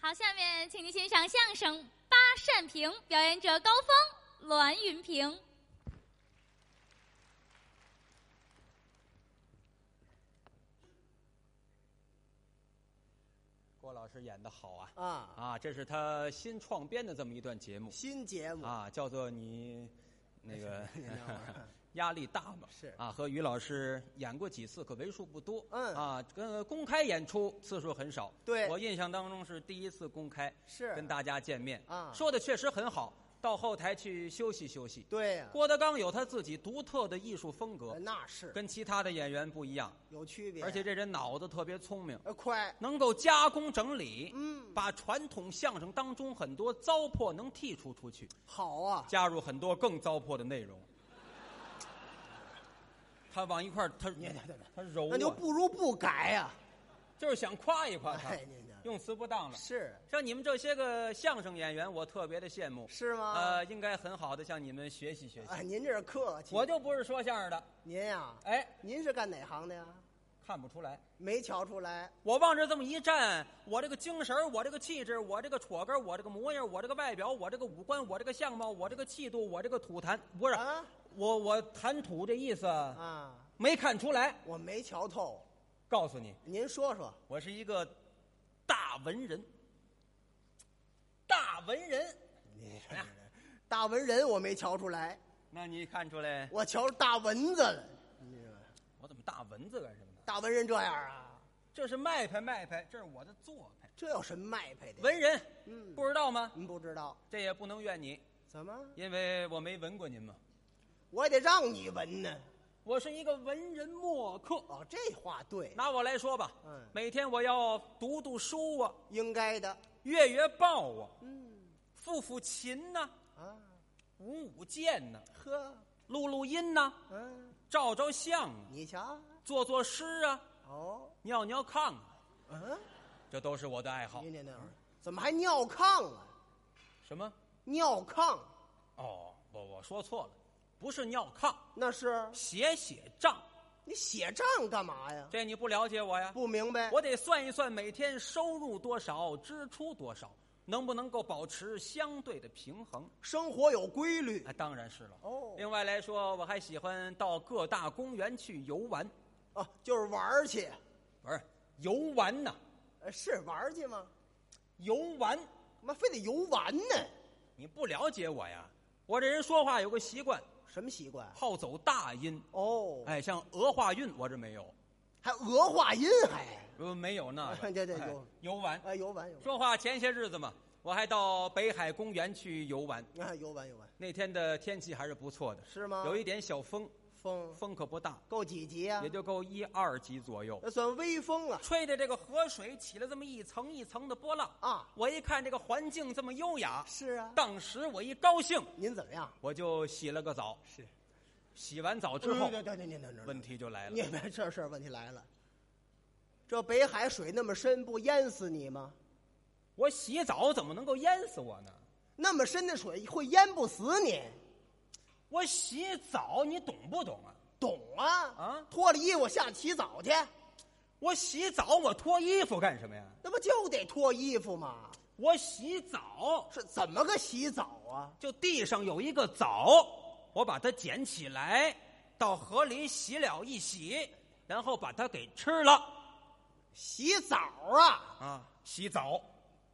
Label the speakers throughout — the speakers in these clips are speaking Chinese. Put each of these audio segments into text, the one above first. Speaker 1: 好，下面请您欣赏相声《八扇屏》，表演者高峰、栾云平。
Speaker 2: 郭老师演的好啊！
Speaker 3: 啊，
Speaker 2: 啊，这是他新创编的这么一段节目
Speaker 3: 新节目
Speaker 2: 啊，叫做你那 个
Speaker 3: 您等会儿
Speaker 2: 压力大嘛
Speaker 3: 是
Speaker 2: 啊，和于老师演过几次，可为数不多。
Speaker 3: 嗯
Speaker 2: 啊，跟公开演出次数很少。
Speaker 3: 对
Speaker 2: 我印象当中是第一次公开
Speaker 3: 是
Speaker 2: 跟大家见面
Speaker 3: 啊
Speaker 2: 说的确实很好。到后台去休息休息。
Speaker 3: 对呀、
Speaker 2: 郭德纲有他自己独特的艺术风格，
Speaker 3: 那是
Speaker 2: 跟其他的演员不一样，
Speaker 3: 有区别，
Speaker 2: 而且这人脑子特别聪明。
Speaker 3: 呃快，
Speaker 2: 能够加工整理，
Speaker 3: 嗯
Speaker 2: 把传统相声当中很多糟粕能剔除出去，
Speaker 3: 好啊，
Speaker 2: 加入很多更糟粕的内 容。他往一块儿，他他揉啊，
Speaker 3: 那就不如不改 呀、
Speaker 2: 就是想夸一夸他
Speaker 3: 哎，您呢，
Speaker 2: 用词不 当了。
Speaker 3: 是
Speaker 2: 像你们这些个相声演员，我特别的羡慕。
Speaker 3: 是吗？
Speaker 2: 呃，应该很好的向你们学习学习。
Speaker 3: 啊哎，您这是客气，
Speaker 2: 我就不是说相声的，
Speaker 3: 您呀、
Speaker 2: 哎，
Speaker 3: 您是干哪行的呀？
Speaker 2: 看不出来。
Speaker 3: 没瞧出来，
Speaker 2: 我往这这么一站，我这个精神儿，我这个气质，我这个戳根儿，我这个模样，我这个外表，我这个五官，我这个相貌，我这个气度，我这个吐痰，不是、
Speaker 3: 啊
Speaker 2: 我我谈吐这意思、
Speaker 3: 啊，
Speaker 2: 没看出来。
Speaker 3: 我没瞧透，
Speaker 2: 告诉你，
Speaker 3: 您说说，
Speaker 2: 我是一个大文人，大文人。
Speaker 3: 您说说大文人我没瞧出来，
Speaker 2: 那你看出来
Speaker 3: 我瞧出大蚊子了，你知道吗
Speaker 2: 我怎么大蚊子干什么呢？
Speaker 3: 大文人这样啊，
Speaker 2: 这是卖派卖派，这是我的做派。
Speaker 3: 这有什么卖派的？
Speaker 2: 文人，
Speaker 3: 嗯
Speaker 2: 不知道吗？
Speaker 3: 您不知道
Speaker 2: 这也不能怨你，
Speaker 3: 怎么？
Speaker 2: 因为我没闻过您嘛。
Speaker 3: 我也得让你闻呢。
Speaker 2: 我是一个文人墨客。
Speaker 3: 哦，这话对，
Speaker 2: 拿我来说吧，
Speaker 3: 嗯
Speaker 2: 每天我要读读书啊，
Speaker 3: 应该的。
Speaker 2: 阅阅报啊，
Speaker 3: 嗯
Speaker 2: 抚抚琴呐、
Speaker 3: 啊，
Speaker 2: 舞舞剑呐、
Speaker 3: 呵，
Speaker 2: 录录音呐、
Speaker 3: 嗯，
Speaker 2: 照照相啊，
Speaker 3: 你瞧，
Speaker 2: 做做诗啊，
Speaker 3: 哦，
Speaker 2: 尿尿炕啊，
Speaker 3: 嗯，
Speaker 2: 这都是我的爱好
Speaker 3: 您。这那会儿怎么还尿炕啊？
Speaker 2: 什么？
Speaker 3: 尿炕
Speaker 2: 哦，我我说错了，不是尿炕，
Speaker 3: 那是
Speaker 2: 写写账。
Speaker 3: 你写账干嘛呀？
Speaker 2: 这你不了解我呀？
Speaker 3: 不明白。
Speaker 2: 我得算一算每天收入多少，支出多少，能不能够保持相对的平衡。
Speaker 3: 生活有规律
Speaker 2: 啊，当然是了。
Speaker 3: 哦
Speaker 2: 另外来说，我还喜欢到各大公园去游玩，
Speaker 3: 啊，就是玩儿去，
Speaker 2: 不是游玩呐、
Speaker 3: 呃是玩儿去吗？
Speaker 2: 游玩。
Speaker 3: 妈，非得游玩呢？
Speaker 2: 你不了解我呀？我这人说话有个习惯，
Speaker 3: 什么习惯？
Speaker 2: 好走大音。
Speaker 3: 哦，
Speaker 2: 哎，像俄化韵，我这没有，
Speaker 3: 还俄化音还？
Speaker 2: 呃，没有那个。
Speaker 3: 对对
Speaker 2: 哎
Speaker 3: 有
Speaker 2: 游玩。
Speaker 3: 啊，游玩游
Speaker 2: 说话前些日子嘛，我还到北海公园去游玩。
Speaker 3: 玩啊，游玩游玩，
Speaker 2: 那天的天气还是不错的，
Speaker 3: 是吗啊
Speaker 2: 有一点小风，
Speaker 3: 风
Speaker 2: 风可不大，
Speaker 3: 够几级呀、
Speaker 2: 也就够一二级左右。
Speaker 3: 那算微风啊了。
Speaker 2: 吹着这个河水起了这么一层一层的波浪
Speaker 3: 啊
Speaker 2: 我一看这个环境这么优雅，
Speaker 3: 是啊，
Speaker 2: 当时我一高兴，
Speaker 3: 您怎么样？
Speaker 2: 我就洗了个澡。
Speaker 3: 是，
Speaker 2: 洗完澡之后，
Speaker 3: 对对对对对对，
Speaker 2: 问题就来了
Speaker 3: 你。别这事儿问题来了，这北海水那么深，不淹死你吗？
Speaker 2: 我洗澡怎么能够淹死我呢？
Speaker 3: 那么深的水会淹不死你，
Speaker 2: 我洗澡，你懂不懂啊？
Speaker 3: 懂啊？
Speaker 2: 啊
Speaker 3: 脱了衣服下洗澡去，
Speaker 2: 我洗澡，我脱衣服干什么呀？
Speaker 3: 那不就得脱衣服吗？
Speaker 2: 我洗澡，
Speaker 3: 是怎么个洗澡啊？
Speaker 2: 就地上有一个澡，我把它捡起来，到河里洗了一洗，然后把它给吃了
Speaker 3: 洗澡啊？
Speaker 2: 啊！洗澡。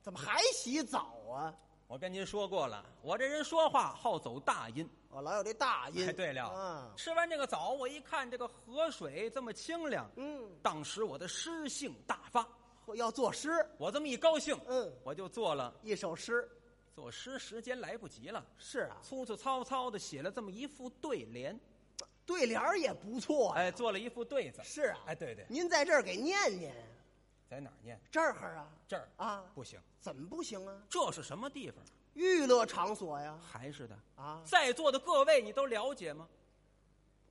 Speaker 3: 怎么还洗澡啊？
Speaker 2: 我跟您说过了，我这人说话好走大音。
Speaker 3: 哦，老有这大音。
Speaker 2: 哎，对了，
Speaker 3: 啊，
Speaker 2: 吃完这个枣，我一看这个河水这么清凉，
Speaker 3: 嗯，
Speaker 2: 当时我的诗性大发。
Speaker 3: 要作诗，
Speaker 2: 我这么一高兴，
Speaker 3: 嗯
Speaker 2: 我就做了
Speaker 3: 一首诗
Speaker 2: 作诗，时间来不及了，
Speaker 3: 是啊，
Speaker 2: 粗粗糙糙的写了这么一副对联，
Speaker 3: 对联儿也不错、呀。
Speaker 2: 哎，做了一副对子。
Speaker 3: 是啊，
Speaker 2: 哎，对对，
Speaker 3: 您在这儿给念啊念，
Speaker 2: 在哪儿念？
Speaker 3: 这儿啊，
Speaker 2: 这儿
Speaker 3: 啊
Speaker 2: 不行，
Speaker 3: 怎么不行啊？
Speaker 2: 这是什么地方？
Speaker 3: 娱乐场所呀，
Speaker 2: 还是的，
Speaker 3: 啊，
Speaker 2: 在座的各位，你都了解吗？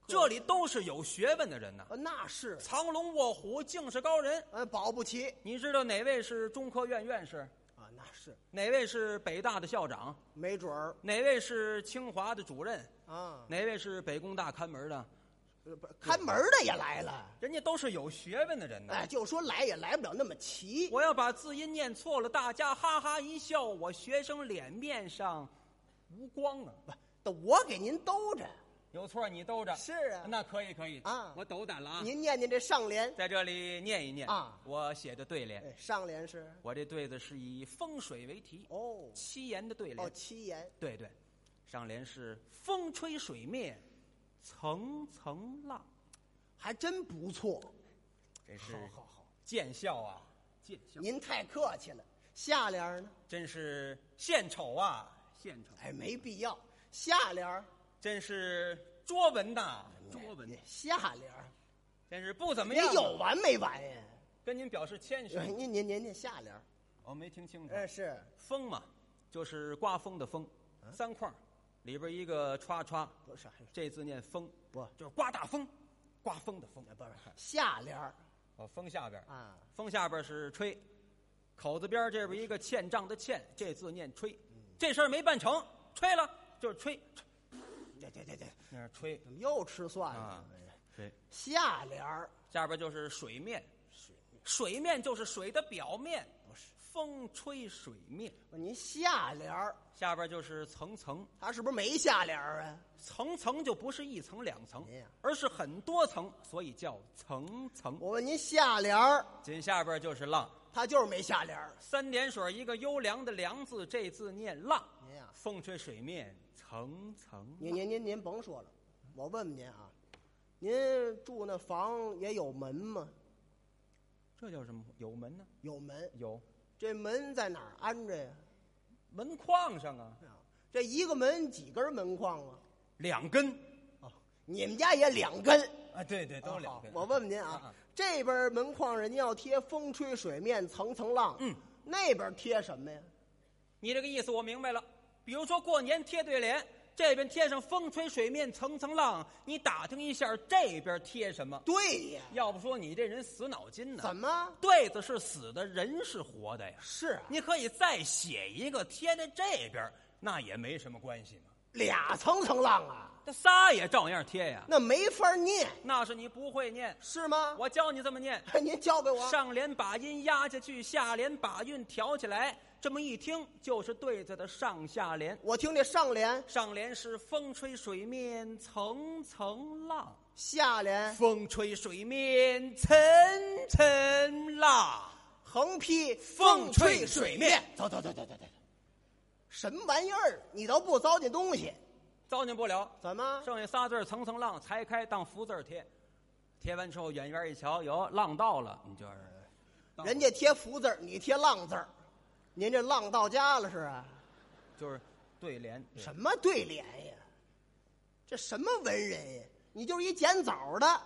Speaker 2: 这里都是有学问的人呐，
Speaker 3: 呃那是，
Speaker 2: 藏龙卧虎，竟是高人。
Speaker 3: 呃，保不齐
Speaker 2: 你知道哪位是中科院院士，
Speaker 3: 啊，那是，
Speaker 2: 哪位是北大的校长，
Speaker 3: 没准儿
Speaker 2: 哪位是清华的主任，
Speaker 3: 啊，
Speaker 2: 哪位是北工大看门的，
Speaker 3: 呃不是看门儿的也来了。
Speaker 2: 人家都是有学问的人呢。
Speaker 3: 哎，就说来也来不了那么齐。
Speaker 2: 我要把字音念错了，大家哈哈一笑，我学生脸面上无光啊！
Speaker 3: 我我给您兜着。
Speaker 2: 有错你兜着，
Speaker 3: 是啊，
Speaker 2: 那可以可以
Speaker 3: 啊
Speaker 2: 我斗胆了啊！
Speaker 3: 您念念这上联，
Speaker 2: 在这里念一念
Speaker 3: 啊
Speaker 2: 我写的对联，
Speaker 3: 哎，上联是
Speaker 2: 我这对子是以风水为题，
Speaker 3: 哦
Speaker 2: 七言的对联。
Speaker 3: 哦七言，
Speaker 2: 对对，上联是风吹水面，层层浪，
Speaker 3: 还真不错。
Speaker 2: 这是
Speaker 3: 好好好，
Speaker 2: 见笑啊，见笑，
Speaker 3: 您太客气了。下联呢？
Speaker 2: 真是献丑啊，献丑，
Speaker 3: 哎，没必要。下联儿
Speaker 2: 真是拙文呐，拙文
Speaker 3: 你下联儿，
Speaker 2: 真是不怎么
Speaker 3: 你
Speaker 2: 样啊。
Speaker 3: 有完没完呀？
Speaker 2: 跟您表示谦虚，
Speaker 3: 您您您您下联儿，
Speaker 2: 我没听清楚。
Speaker 3: 呃是
Speaker 2: 风嘛，就是刮风的风，三块儿里边一个歘歘，
Speaker 3: 不是还是
Speaker 2: 这字念风，
Speaker 3: 不
Speaker 2: 就是刮大风，刮风的风。
Speaker 3: 不是下联儿
Speaker 2: 哦，风下边儿，
Speaker 3: 啊？
Speaker 2: 风下边儿是吹，口字边儿这边一个欠账的欠，这字念吹。这事儿没办成，吹了就是吹，吹
Speaker 3: 对对对对，
Speaker 2: 那是吹
Speaker 3: 怎么又吃蒜了？哎
Speaker 2: 啊吹。
Speaker 3: 下联儿
Speaker 2: 下边就是水面，水面就是水的表面，
Speaker 3: 不是，
Speaker 2: 风吹水面。
Speaker 3: 您下联儿，
Speaker 2: 下边就是层层，
Speaker 3: 他是不是没下联儿啊？
Speaker 2: 层层就不是一层两层
Speaker 3: 哎呀，
Speaker 2: 而是很多层，所以叫层层。
Speaker 3: 我问您下联儿，
Speaker 2: 紧下边就是浪，
Speaker 3: 他就是没下联儿。
Speaker 2: 三点水一个优良的良字，这字念浪。
Speaker 3: 您呀、
Speaker 2: 风吹水面层层
Speaker 3: 您
Speaker 2: 浪，
Speaker 3: 您您您甭说了，我问问您啊，您住那房也有门吗？
Speaker 2: 这叫什么？有门呢？
Speaker 3: 有门，
Speaker 2: 有
Speaker 3: 这门在哪儿安着呀？
Speaker 2: 门框上啊，
Speaker 3: 啊这一个门几根门框啊？哦
Speaker 2: 两根
Speaker 3: 你们家也两根，
Speaker 2: 啊，对对，
Speaker 3: 啊好我问问您啊，这边门框人家要贴“风吹水面层层浪”，
Speaker 2: 嗯，
Speaker 3: 那边贴什么呀？
Speaker 2: 你这个意思我明白了。比如说过年贴对联，这边贴上风吹水面层层浪，你打听一下这边贴什么？
Speaker 3: 对呀，
Speaker 2: 要不说你这人死脑筋呢？
Speaker 3: 怎么
Speaker 2: 对子是死的，人是活的呀。
Speaker 3: 是啊
Speaker 2: 你可以再写一个贴在这边儿，那也没什么关系嘛。
Speaker 3: 俩层层浪啊？
Speaker 2: 这仨也照样贴呀。
Speaker 3: 那没法念
Speaker 2: 那是你不会念，
Speaker 3: 是吗？
Speaker 2: 我教你这么念：
Speaker 3: 您教给我，
Speaker 2: 上联把音压下去，下联把韵挑起来。这么一听就是对子的上下联。
Speaker 3: 我听这上联、
Speaker 2: 上联是风吹水面层层浪，
Speaker 3: 下联、
Speaker 2: 风吹水面层层浪，
Speaker 3: 横批“
Speaker 2: 风吹水面”。
Speaker 3: 走走走走走走，什么玩意儿？你倒不糟践东西，
Speaker 2: 糟践不了。
Speaker 3: 怎么？
Speaker 2: 剩下仨字儿层层浪，裁开当福字儿贴。贴完之后，远远一瞧，有浪到了，你就是
Speaker 3: 人家贴福字儿你贴浪字儿您这浪到家了是啊？
Speaker 2: 就是对联。
Speaker 3: 什么对联呀？这什么文人呀？你就是一捡枣的。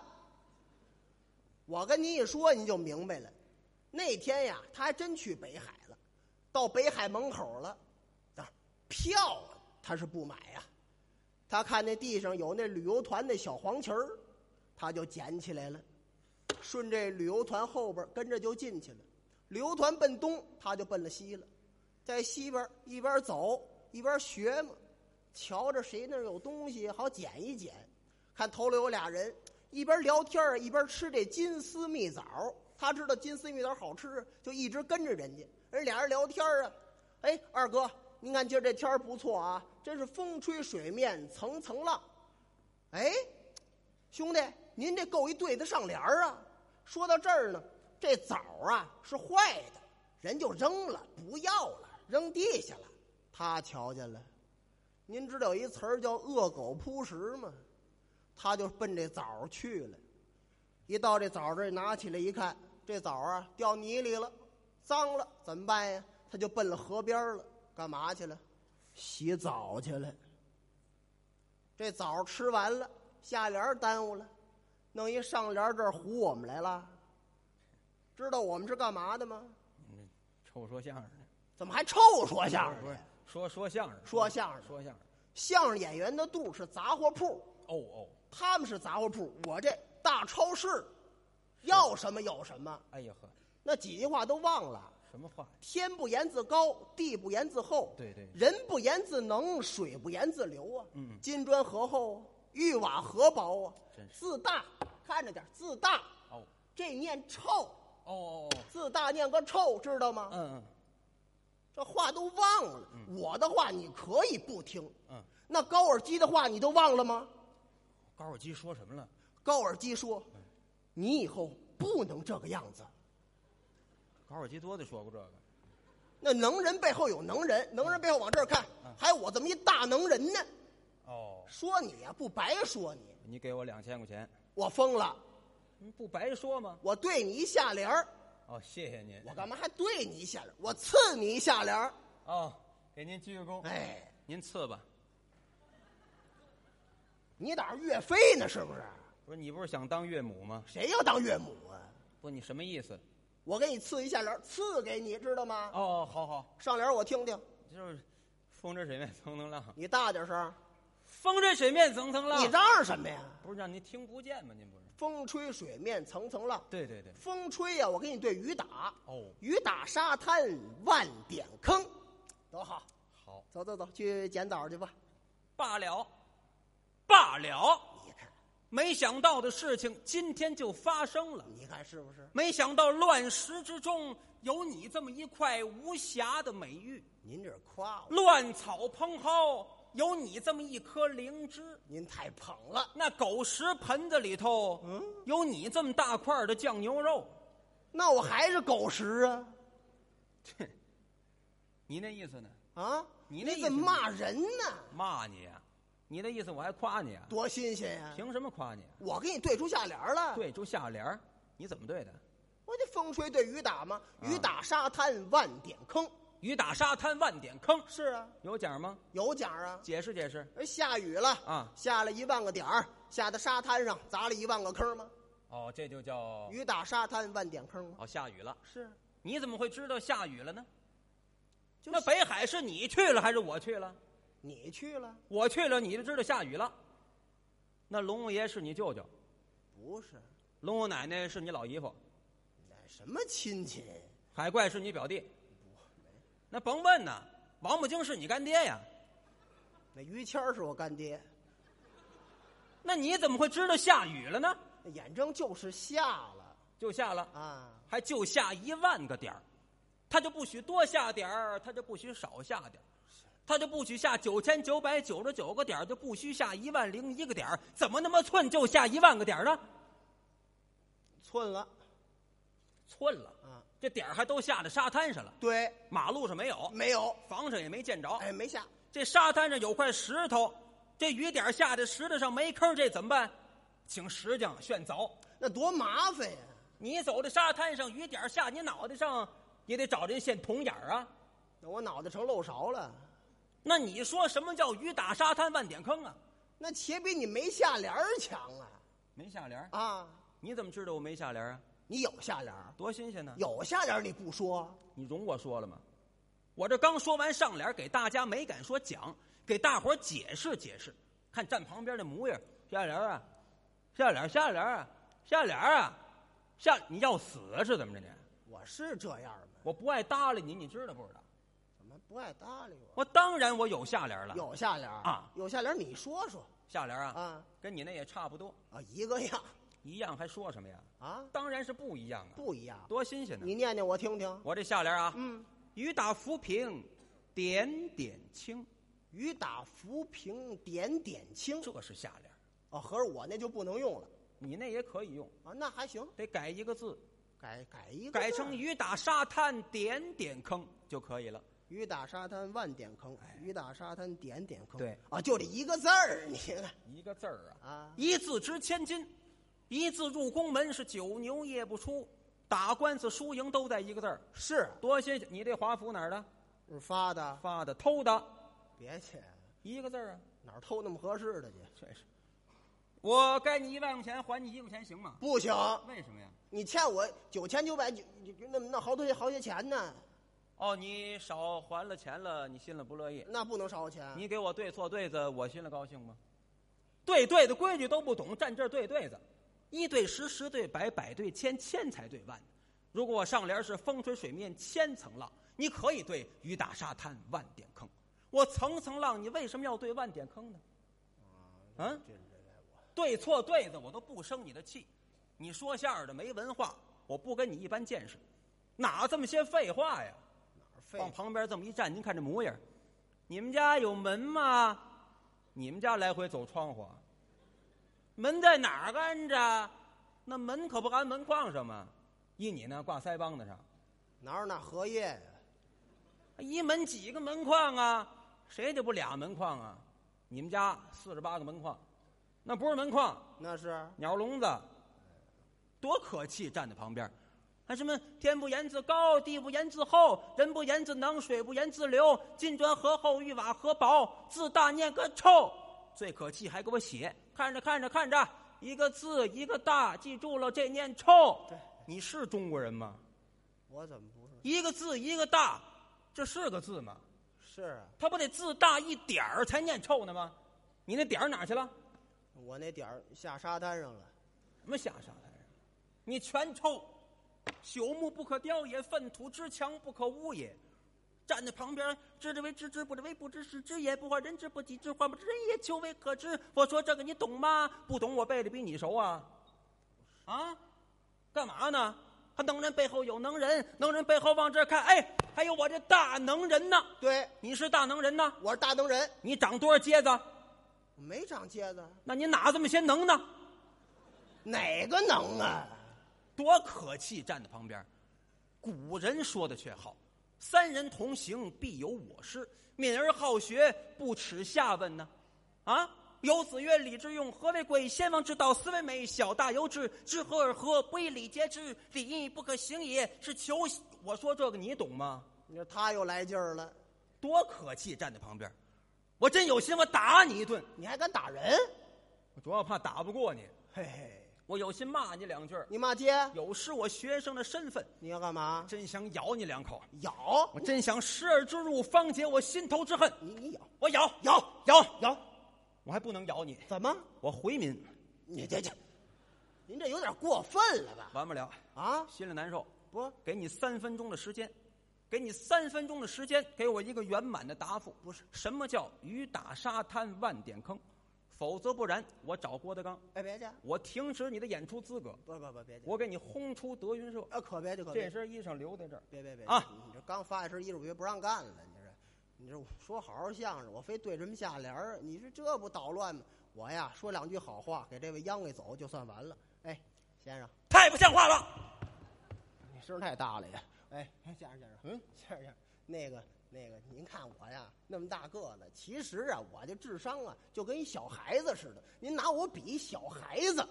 Speaker 3: 我跟您一说，您就明白了。那天呀，他还真去北海了，到北海门口了，但是票啊他是不买呀。他看那地上有那旅游团那小黄旗儿，他就捡起来了，顺这旅游团后边儿跟着就进去了。旅游团奔东，他就奔了西了。在西边儿一边儿走一边儿学嘛，瞧着谁那儿有东西好捡一捡。看头里有俩人，一边聊天儿一边吃这金丝蜜枣儿。他知道金丝蜜枣儿好吃，就一直跟着人家。人俩人聊天儿啊，哎，二哥，您看今儿这天儿不错啊，真是风吹水面层层浪。哎，兄弟，您这够一对得上联儿啊！说到这儿呢，这枣儿啊是坏的，人就扔了，不要了，扔地下了。他瞧见了，您知道有一词儿叫“恶狗扑食”吗？他就奔这枣儿去了。一到这枣儿这儿拿起来一看，这枣儿啊掉泥里了，脏了，怎么办呀？他就奔了河边儿了，干嘛去了？洗澡去了。这枣儿吃完了，下联儿耽误了，弄一上联儿这儿唬我们来了。知道我们是干嘛的吗？
Speaker 2: 嗯，瞅说相声呢，
Speaker 3: 怎么还臭说相声
Speaker 2: 不是
Speaker 3: 呢？
Speaker 2: 说说相声，
Speaker 3: 说相声
Speaker 2: 说相声。
Speaker 3: 相声演员的肚是杂货铺，
Speaker 2: 哦哦，
Speaker 3: 他们是杂货铺，我这大超市，要什么有什么。
Speaker 2: 哎呀呵，
Speaker 3: 那几句话都忘了。
Speaker 2: 什么话？
Speaker 3: 天不言自高，地不言自厚，
Speaker 2: 对对
Speaker 3: 人不言自能，水不言自流啊。
Speaker 2: 嗯
Speaker 3: 金砖何厚，玉瓦何薄啊
Speaker 2: 真！是
Speaker 3: 自大，看着点儿，自大，
Speaker 2: 哦
Speaker 3: 这念臭，
Speaker 2: 哦哦哦，
Speaker 3: 自大念个臭，知道吗？
Speaker 2: 嗯嗯
Speaker 3: 这话都忘了。我的话你可以不听，
Speaker 2: 嗯，
Speaker 3: 那高尔基的话你都忘了吗？
Speaker 2: 高尔基说什么了？
Speaker 3: 高尔基说：“你以后不能这个样子。
Speaker 2: 高尔基多的说过这个，
Speaker 3: 那能人背后有能人，能人背后往这儿看，还有我这么一大能人呢。
Speaker 2: 哦，
Speaker 3: 说你呀、不白说你，
Speaker 2: 你给我两千块钱，
Speaker 3: 我疯了，
Speaker 2: 嗯不白说吗？
Speaker 3: 我对你一下联儿，
Speaker 2: 哦，谢谢您
Speaker 3: 我，干嘛还对你一下联儿？我刺你一下联儿。
Speaker 2: 哦，给您鞠个躬，
Speaker 3: 哎，
Speaker 2: 您赐吧。
Speaker 3: 你打岳飞呢是不是？
Speaker 2: 不是你不是想当岳母吗？
Speaker 3: 谁要当岳母啊？
Speaker 2: 不，你什么意思？
Speaker 3: 我给你刺一下联儿，刺给你知道吗？
Speaker 2: 哦，好好，
Speaker 3: 上联儿我听听，
Speaker 2: 就是风筝水面蹭蹭浪，
Speaker 3: 你大点声
Speaker 2: 啊
Speaker 3: 儿，
Speaker 2: 风筝水面蹭蹭浪。
Speaker 3: 你嚷嚷什么呀？
Speaker 2: 不是让您听不见吗？您不是？
Speaker 3: 风吹水面层层浪，
Speaker 2: 对对对，
Speaker 3: 风吹呀、我给你对雨打，
Speaker 2: 哦，
Speaker 3: 雨打沙滩万点坑，多好！
Speaker 2: 好，
Speaker 3: 走走走，去捡枣去吧。
Speaker 2: 罢了，罢了。
Speaker 3: 你看，
Speaker 2: 没想到的事情今天就发生了，
Speaker 3: 你看是不是？
Speaker 2: 没想到乱石之中有你这么一块无瑕的美玉，
Speaker 3: 您这是夸我，
Speaker 2: 乱草蓬蒿有你这么一颗灵芝。
Speaker 3: 您太捧了。
Speaker 2: 那狗食盆子里头，
Speaker 3: 嗯
Speaker 2: 有你这么大块的酱牛肉，
Speaker 3: 那我还是狗食啊
Speaker 2: 你那意思呢？
Speaker 3: 啊！
Speaker 2: 你那
Speaker 3: 那
Speaker 2: 意思
Speaker 3: 怎么骂人呢？
Speaker 2: 骂你呀、你那意思我还夸你啊？
Speaker 3: 多新鲜呀、
Speaker 2: 凭什么夸你、啊？
Speaker 3: 我给你对出下联儿了，
Speaker 2: 对出下联儿你怎么对的？
Speaker 3: 我这风吹对雨打嘛，
Speaker 2: 啊
Speaker 3: 雨打沙滩万点坑。
Speaker 2: 雨打沙滩万点坑，
Speaker 3: 是啊，
Speaker 2: 有奖吗？
Speaker 3: 有奖啊！
Speaker 2: 解释解释。
Speaker 3: 而下雨了
Speaker 2: 啊
Speaker 3: 下了一万个点儿，下到沙滩上砸了一万个坑吗？
Speaker 2: 哦，这就叫
Speaker 3: 雨打沙滩万点坑吗？
Speaker 2: 哦下雨了。
Speaker 3: 是啊，
Speaker 2: 你怎么会知道下雨了呢？
Speaker 3: 就
Speaker 2: 那北海是你去了还是我去了？
Speaker 3: 你去了？
Speaker 2: 我去了，你就知道下雨了。那龙王爷是你舅舅，
Speaker 3: 不是，
Speaker 2: 龙王奶奶是你老姨夫，
Speaker 3: 那什么亲戚？
Speaker 2: 海怪是你表弟。那甭问呐，王八精是你干爹呀。
Speaker 3: 那于谦儿是我干爹，
Speaker 2: 那你怎么会知道下雨了呢？
Speaker 3: 那眼睁就是下了
Speaker 2: 就下了。
Speaker 3: 啊！
Speaker 2: 还就下一万个点儿，他就不许多下点儿，他就不许少下点儿，他就不许下九千九百九十九个点儿，就不许下一万零一个点儿，怎么那么寸就下一万个点儿呢？
Speaker 3: 寸了
Speaker 2: 寸了，
Speaker 3: 啊！
Speaker 2: 这点儿还都下在沙滩上了，
Speaker 3: 对，
Speaker 2: 马路上没有，
Speaker 3: 没有，
Speaker 2: 房上也没见着。
Speaker 3: 哎，没下，
Speaker 2: 这沙滩上有块石头，这雨点儿下在石头上没坑儿，这怎么办？请石匠炫凿。
Speaker 3: 那多麻烦呀！
Speaker 2: 你走在沙滩上，雨点儿下你脑袋上，也得找人献铜眼儿啊。
Speaker 3: 那我脑袋成漏勺了。
Speaker 2: 那你说什么叫雨打沙滩万点坑啊？
Speaker 3: 那且比你没下联儿强啊！
Speaker 2: 没下联儿
Speaker 3: 啊，
Speaker 2: 你怎么知道我没下联儿啊？
Speaker 3: 你有下联儿，
Speaker 2: 多新鲜呢！
Speaker 3: 有下联儿你不说，
Speaker 2: 你容我说了吗？我这刚说完上联儿，给大家没敢说讲，给大伙儿解释解释。看站旁边那模样，下联儿啊，下联儿，下联儿啊，下联儿啊，下你要死啊是怎么着你？
Speaker 3: 我是这样儿吗？
Speaker 2: 我不爱搭理你，你知道不知道？
Speaker 3: 怎么不爱搭理我？
Speaker 2: 我当然我有下联儿了，
Speaker 3: 有下联儿
Speaker 2: 啊，
Speaker 3: 有下联儿你说说
Speaker 2: 下联儿啊，
Speaker 3: 啊
Speaker 2: 跟你那也差不多，
Speaker 3: 啊，一个样
Speaker 2: 一样还说什么呀？
Speaker 3: 啊，
Speaker 2: 当然是不一样啊，
Speaker 3: 不一样。
Speaker 2: 多新鲜呢！
Speaker 3: 你念念我听听。
Speaker 2: 我这下联儿啊，
Speaker 3: 嗯，
Speaker 2: 雨打浮萍，点点青，
Speaker 3: 雨打浮萍点点青。
Speaker 2: 这是下联儿。
Speaker 3: 哦，合着我那就不能用了
Speaker 2: 你那也可以用，
Speaker 3: 啊？那还行，
Speaker 2: 得改一个字，
Speaker 3: 改改一个字儿，
Speaker 2: 改成雨打沙滩点点坑就可以了。
Speaker 3: 雨打沙滩万点坑，雨打沙滩点点坑。
Speaker 2: 哎对
Speaker 3: 啊，就这一个字儿， 你看
Speaker 2: 一个字儿啊，
Speaker 3: 啊，
Speaker 2: 一字值千金，一字入宫门是九牛也不出。打官司输赢都在一个字儿，
Speaker 3: 是
Speaker 2: 多新鲜！你这华服哪儿的？
Speaker 3: 是发的，
Speaker 2: 发的偷的，
Speaker 3: 别去。
Speaker 2: 一个字儿啊，
Speaker 3: 哪儿偷那么合适的去？
Speaker 2: 确实。我该你一万块钱，还你一块钱行吗？
Speaker 3: 不行，
Speaker 2: 为什么呀？
Speaker 3: 你欠我九千九百九，那那好多些好些钱呢，
Speaker 2: 哦，你少还了钱了，你心里不乐意。
Speaker 3: 那不能少我钱。
Speaker 2: 你给我对错对子，我心里高兴吗？对对的规矩都不懂，站这儿对对子，一对十，十对百，百对千，千才对万。如果我上联是风吹水面千层浪，你可以对雨打沙滩万点坑。我层层浪，你为什么要对万点坑呢？嗯，
Speaker 3: 这这
Speaker 2: 对错对子我都不生你的气。你说相声的没文化，我不跟你一般见识，哪这么些废话呀？
Speaker 3: 哪儿废
Speaker 2: 往旁边这么一站，您看这模样儿，你们家有门吗？你们家来回走窗户啊，门在哪儿安着？那门可不安门框上吗？依你呢，挂腮帮子上，
Speaker 3: 哪有那荷叶呀？
Speaker 2: 一门几个门框啊？谁得不俩门框啊？你们家四十八个门框，那不是门框，
Speaker 3: 那是
Speaker 2: 鸟笼子，多可气！站在旁边儿，还什么天不言自高，地不言自厚，人不言自能，水不言自流，金砖何厚，玉瓦何薄，自大念个臭。最可气还给我写，看着看着看着，一个字一个大，记住了，这念臭
Speaker 3: 对。
Speaker 2: 你是中国人吗？
Speaker 3: 我怎么不是？
Speaker 2: 一个字一个大，这是个字吗？
Speaker 3: 是啊，
Speaker 2: 他不得字大一点儿才念臭呢吗？你那点儿哪儿去了？
Speaker 3: 我那点儿下沙滩上了，
Speaker 2: 什么下沙滩上？你全抽，朽木不可雕也，粪土之墙不可污也。站在旁边，知之为知之，不知为不知，是知也。不患人之不己知，患不知人也。求为可知。我说这个你懂吗？不懂，我背的比你熟啊！啊，干嘛呢？他能人背后有能人，能人背后往这儿看，哎，还有我这大能人呢。
Speaker 3: 对，
Speaker 2: 你是大能人呢？
Speaker 3: 我是大能人，
Speaker 2: 你长多少疖子？
Speaker 3: 我没长疖子，
Speaker 2: 那你哪这么些能呢？
Speaker 3: 哪个能啊？
Speaker 2: 多可气！站在旁边，古人说的却好：“三人同行，必有我师。敏而好学，不耻下问呢、啊，有子曰：“礼之用，何为贵？先王之道，斯为美。小大由之，知和而和，不以礼节之，礼义不可行也。”是求我说这个，你懂吗？
Speaker 3: 你说他又来劲儿了，
Speaker 2: 多可气！站在旁边，我真有心，我打你一顿。
Speaker 3: 你还敢打人？
Speaker 2: 我主要怕打不过你，
Speaker 3: 嘿嘿，
Speaker 2: 我有心骂你两句儿，
Speaker 3: 你骂街，
Speaker 2: 有失我学生的身份，
Speaker 3: 你要干嘛？
Speaker 2: 真想咬你两口。
Speaker 3: 咬
Speaker 2: 我真想食而之入，方解我心头之恨。
Speaker 3: 你，你咬
Speaker 2: 我咬
Speaker 3: 咬
Speaker 2: 咬，
Speaker 3: 咬，
Speaker 2: 我还不能咬你，
Speaker 3: 怎么？
Speaker 2: 我回民，
Speaker 3: 你这这，您这有点过分了吧？
Speaker 2: 完不了，
Speaker 3: 啊，
Speaker 2: 心里难受。
Speaker 3: 不，
Speaker 2: 给你三分钟的时间，给你三分钟的时间，给我一个圆满的答复。
Speaker 3: 不是，
Speaker 2: 什么叫雨打沙滩万点坑？否则不然，我找郭德纲，
Speaker 3: 哎，别介，
Speaker 2: 我停止你的演出资格，
Speaker 3: 不不不，别介，
Speaker 2: 我给你轰出德云社。
Speaker 3: 啊，可别介，可
Speaker 2: 这
Speaker 3: 别介，
Speaker 2: 身衣裳留在这儿，
Speaker 3: 别别别
Speaker 2: 啊！
Speaker 3: 你这刚发一身衣服，别不让干了，你这，你这说好好相声，我非对什么下联儿，你说这不捣乱吗？我呀，说两句好话，给这位秧给走，就算完了。哎，先生，
Speaker 2: 太不像话了！
Speaker 3: 你声儿太大了呀！哎，哎先生先生，嗯，先生先生，那个那个，您看我呀，那么大个子，其实啊，我这智商啊，就跟一小孩子似的。您拿我比一小孩子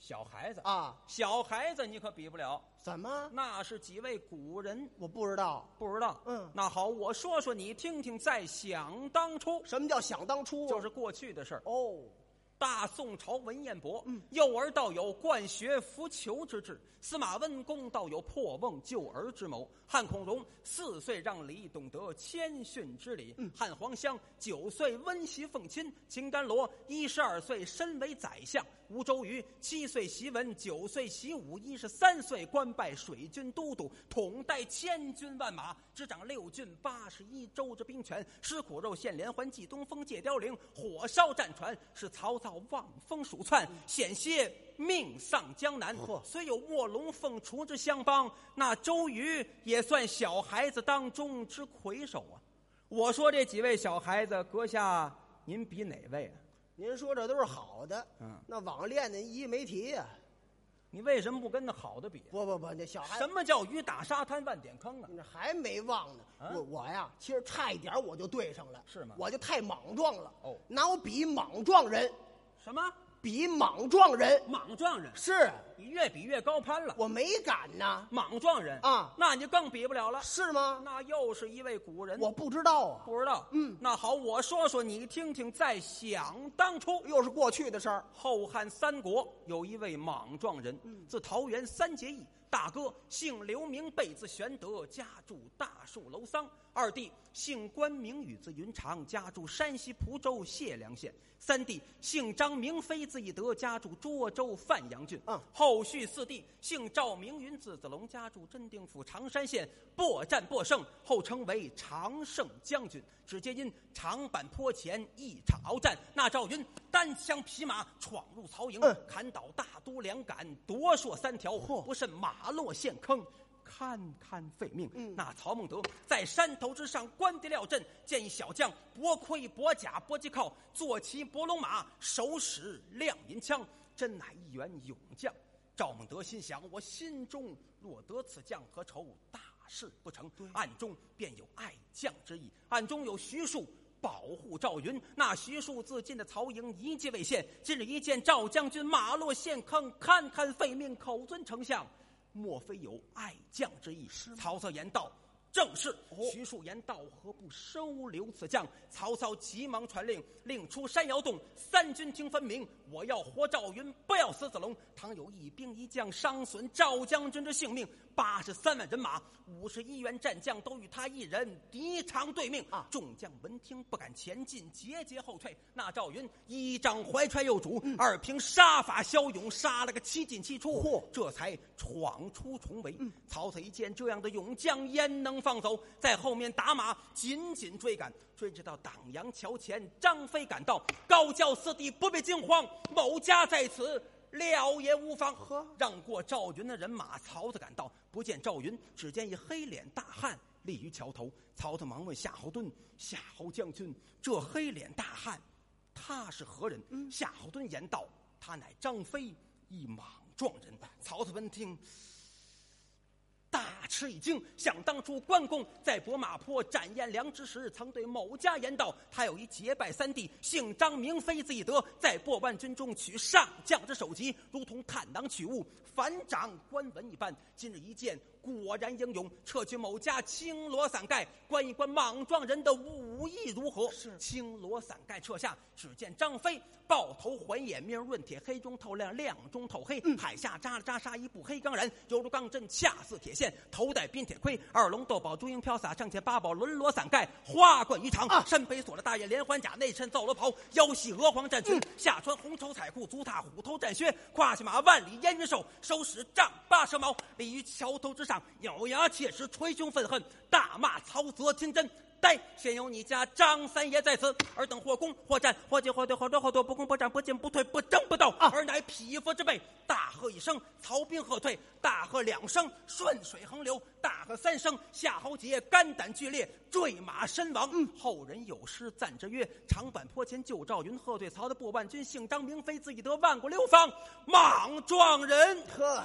Speaker 2: 小孩子，
Speaker 3: 啊？
Speaker 2: 小孩子你可比不了，
Speaker 3: 怎么？
Speaker 2: 那是几位古人。
Speaker 3: 我不知道
Speaker 2: 不知道。
Speaker 3: 嗯
Speaker 2: 那好，我说说你听听，在想当初，
Speaker 3: 什么叫想当初啊，
Speaker 2: 就是过去的事儿。
Speaker 3: 哦，
Speaker 2: 大宋朝文彦博，幼而道有灌学扶求之志；司马温公道有破瓮救儿之谋；汉孔融四岁让梨，懂得谦逊之礼；汉黄香九岁温习奉亲；秦甘罗一十二岁身为宰相；吴周瑜七岁习文，九岁习武，一十三岁官拜水军都督，统带千军万马，执掌六郡八十一州之兵权。吃苦肉，献连环，祭东风，借凋零，火烧战船，使曹操望风鼠窜，险些命丧江南。
Speaker 3: 嚯
Speaker 2: 虽有卧龙凤雏之相帮，那周瑜也算小孩子当中之魁首啊！我说这几位小孩子，阁下您比哪位啊？
Speaker 3: 您说这都是好的，
Speaker 2: 嗯，
Speaker 3: 那网恋的一没提呀、
Speaker 2: 你为什么不跟那好的比啊？
Speaker 3: 不不不，那小孩
Speaker 2: 什么叫鱼打沙滩万点坑啊？
Speaker 3: 你这还没忘呢。
Speaker 2: 啊
Speaker 3: 我我呀，其实差一点我就对上了，
Speaker 2: 是吗
Speaker 3: 我就太莽撞了。
Speaker 2: 哦
Speaker 3: 拿我比莽撞人，
Speaker 2: 什么
Speaker 3: 比莽撞人
Speaker 2: 莽撞人？
Speaker 3: 是啊
Speaker 2: 你越比越高攀了。
Speaker 3: 我没敢呐，
Speaker 2: 莽撞人
Speaker 3: 啊
Speaker 2: 那你更比不了了。
Speaker 3: 是吗？
Speaker 2: 那又是一位古人，
Speaker 3: 我不知道啊，
Speaker 2: 不知道。
Speaker 3: 嗯
Speaker 2: 那好，我说说你听听。在想当初，
Speaker 3: 又是过去的事儿。
Speaker 2: 嗯后汉三国有一位莽撞人，自桃园三结义，大哥姓刘名备，字玄德，家住大树楼桑；二弟姓关名羽，字云长，家住山西蒲州解良县；三弟姓张名飞，字翼德，家住涿州范阳郡。
Speaker 3: 嗯
Speaker 2: 后续四弟姓赵名云，字子龙，家住真定府常山县，破战破胜，后称为常胜将军。只皆因长坂坡前一场鏖战，那赵云单枪匹马闯入曹营，
Speaker 3: 嗯
Speaker 2: 砍倒大都两杆，夺槊三条，
Speaker 3: 嚯
Speaker 2: 不慎马落陷坑。堪堪废命。
Speaker 3: 嗯
Speaker 2: 那曹孟德在山头之上观敌料阵，见一小将薄盔薄甲薄鸡靠，坐骑薄龙马，手使亮银枪，真乃一员勇将。赵孟德心想：我心中若得此将，何愁大事不成？暗中便有爱将之意，暗中有徐庶。保护赵云，那徐庶自尽的曹营一计未现。今日一见赵将军马落陷坑，堪堪废命，口尊丞相。莫非有爱将之意？哦曹操言道：“正是。徐庶言道：“何不收留此将？”曹操急忙传令，令出山摇动，三军听分明。我要活赵云，不要死子龙。倘有一兵一将伤损赵将军之性命，八十三万人马，五十一员战将都与他一人敌长对命
Speaker 3: 啊
Speaker 2: 众将闻听不敢前进，节节后退。那赵云一张怀揣右主，二凭杀法骁勇，杀了个七进七出，
Speaker 3: 嚯
Speaker 2: 这才闯出重围。曹操一见这样的勇将，焉能放走？在后面打马，紧紧追赶，追至到党阳桥前，张飞赶到，高叫四弟不必惊慌，某家在此。料也无妨，
Speaker 3: 呵
Speaker 2: 让过赵云的人马，曹操赶到，不见赵云，只见一黑脸大汉立于桥头。曹操忙问夏侯惇：“夏侯将军，这黑脸大汉，他是何人？”夏侯惇言道：“他乃张飞，一莽撞人。”曹操闻听，大吃一惊。想当初，关公在博马坡斩颜良之时，曾对某家言道：“他有一结拜三弟，姓张名飞，字翼德，在破万军中取上将之首级，如同探囊取物，反掌关文一般。今日一见，果然英勇，撤去某家青罗伞盖，观一观莽撞人的武艺如何？”
Speaker 3: 是
Speaker 2: 青罗伞盖撤下，只见张飞抱头环眼，面润铁，黑中透亮，亮中透黑，海下扎了扎纱一布黑钢髯，犹如钢针，恰似铁线，头戴鬓铁盔，二龙斗宝，珠缨飘洒，上前八宝轮罗伞盖，花冠于长，身背锁了大叶连环甲，内衬皂罗袍，腰系鹅黄战裙，下穿红绸彩裤，足踏虎头战靴，胯下马万里烟云兽，手使丈八蛇矛，立于桥头之上，咬牙切齿，捶胸愤恨，大骂曹泽天真。待现有你家张三爷在此，尔等或攻或战或进或退或争或躲，不攻不战不进不退不争不斗，
Speaker 3: 啊
Speaker 2: 尔乃匹夫之辈。大喝一声，曹兵喝退；大喝两声，顺水横流；大喝三声，夏侯杰肝胆俱裂，坠马身亡。
Speaker 3: 嗯
Speaker 2: 后人有诗赞之曰：“长坂坡前救赵云，喝退曹的破万军。姓张名飞，字翼德，万古流芳，莽撞人。”
Speaker 3: 呵，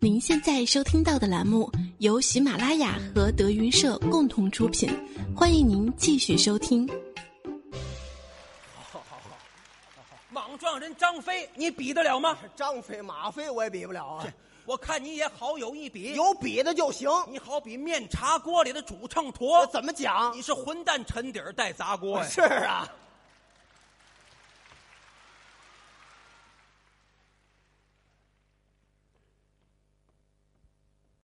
Speaker 4: 您现在收听到的栏目由喜马拉雅和德云社共同出品，欢迎您继续收听。
Speaker 2: 莽撞人张飞，你比得了吗？
Speaker 3: 张飞、马飞我也比不了啊，
Speaker 2: 我看你也好有一比，
Speaker 3: 有比的就行。
Speaker 2: 你好比面茶锅里的煮秤砣，
Speaker 3: 我怎么讲
Speaker 2: 你？是混蛋沉底儿带砸锅呀、
Speaker 3: 是啊，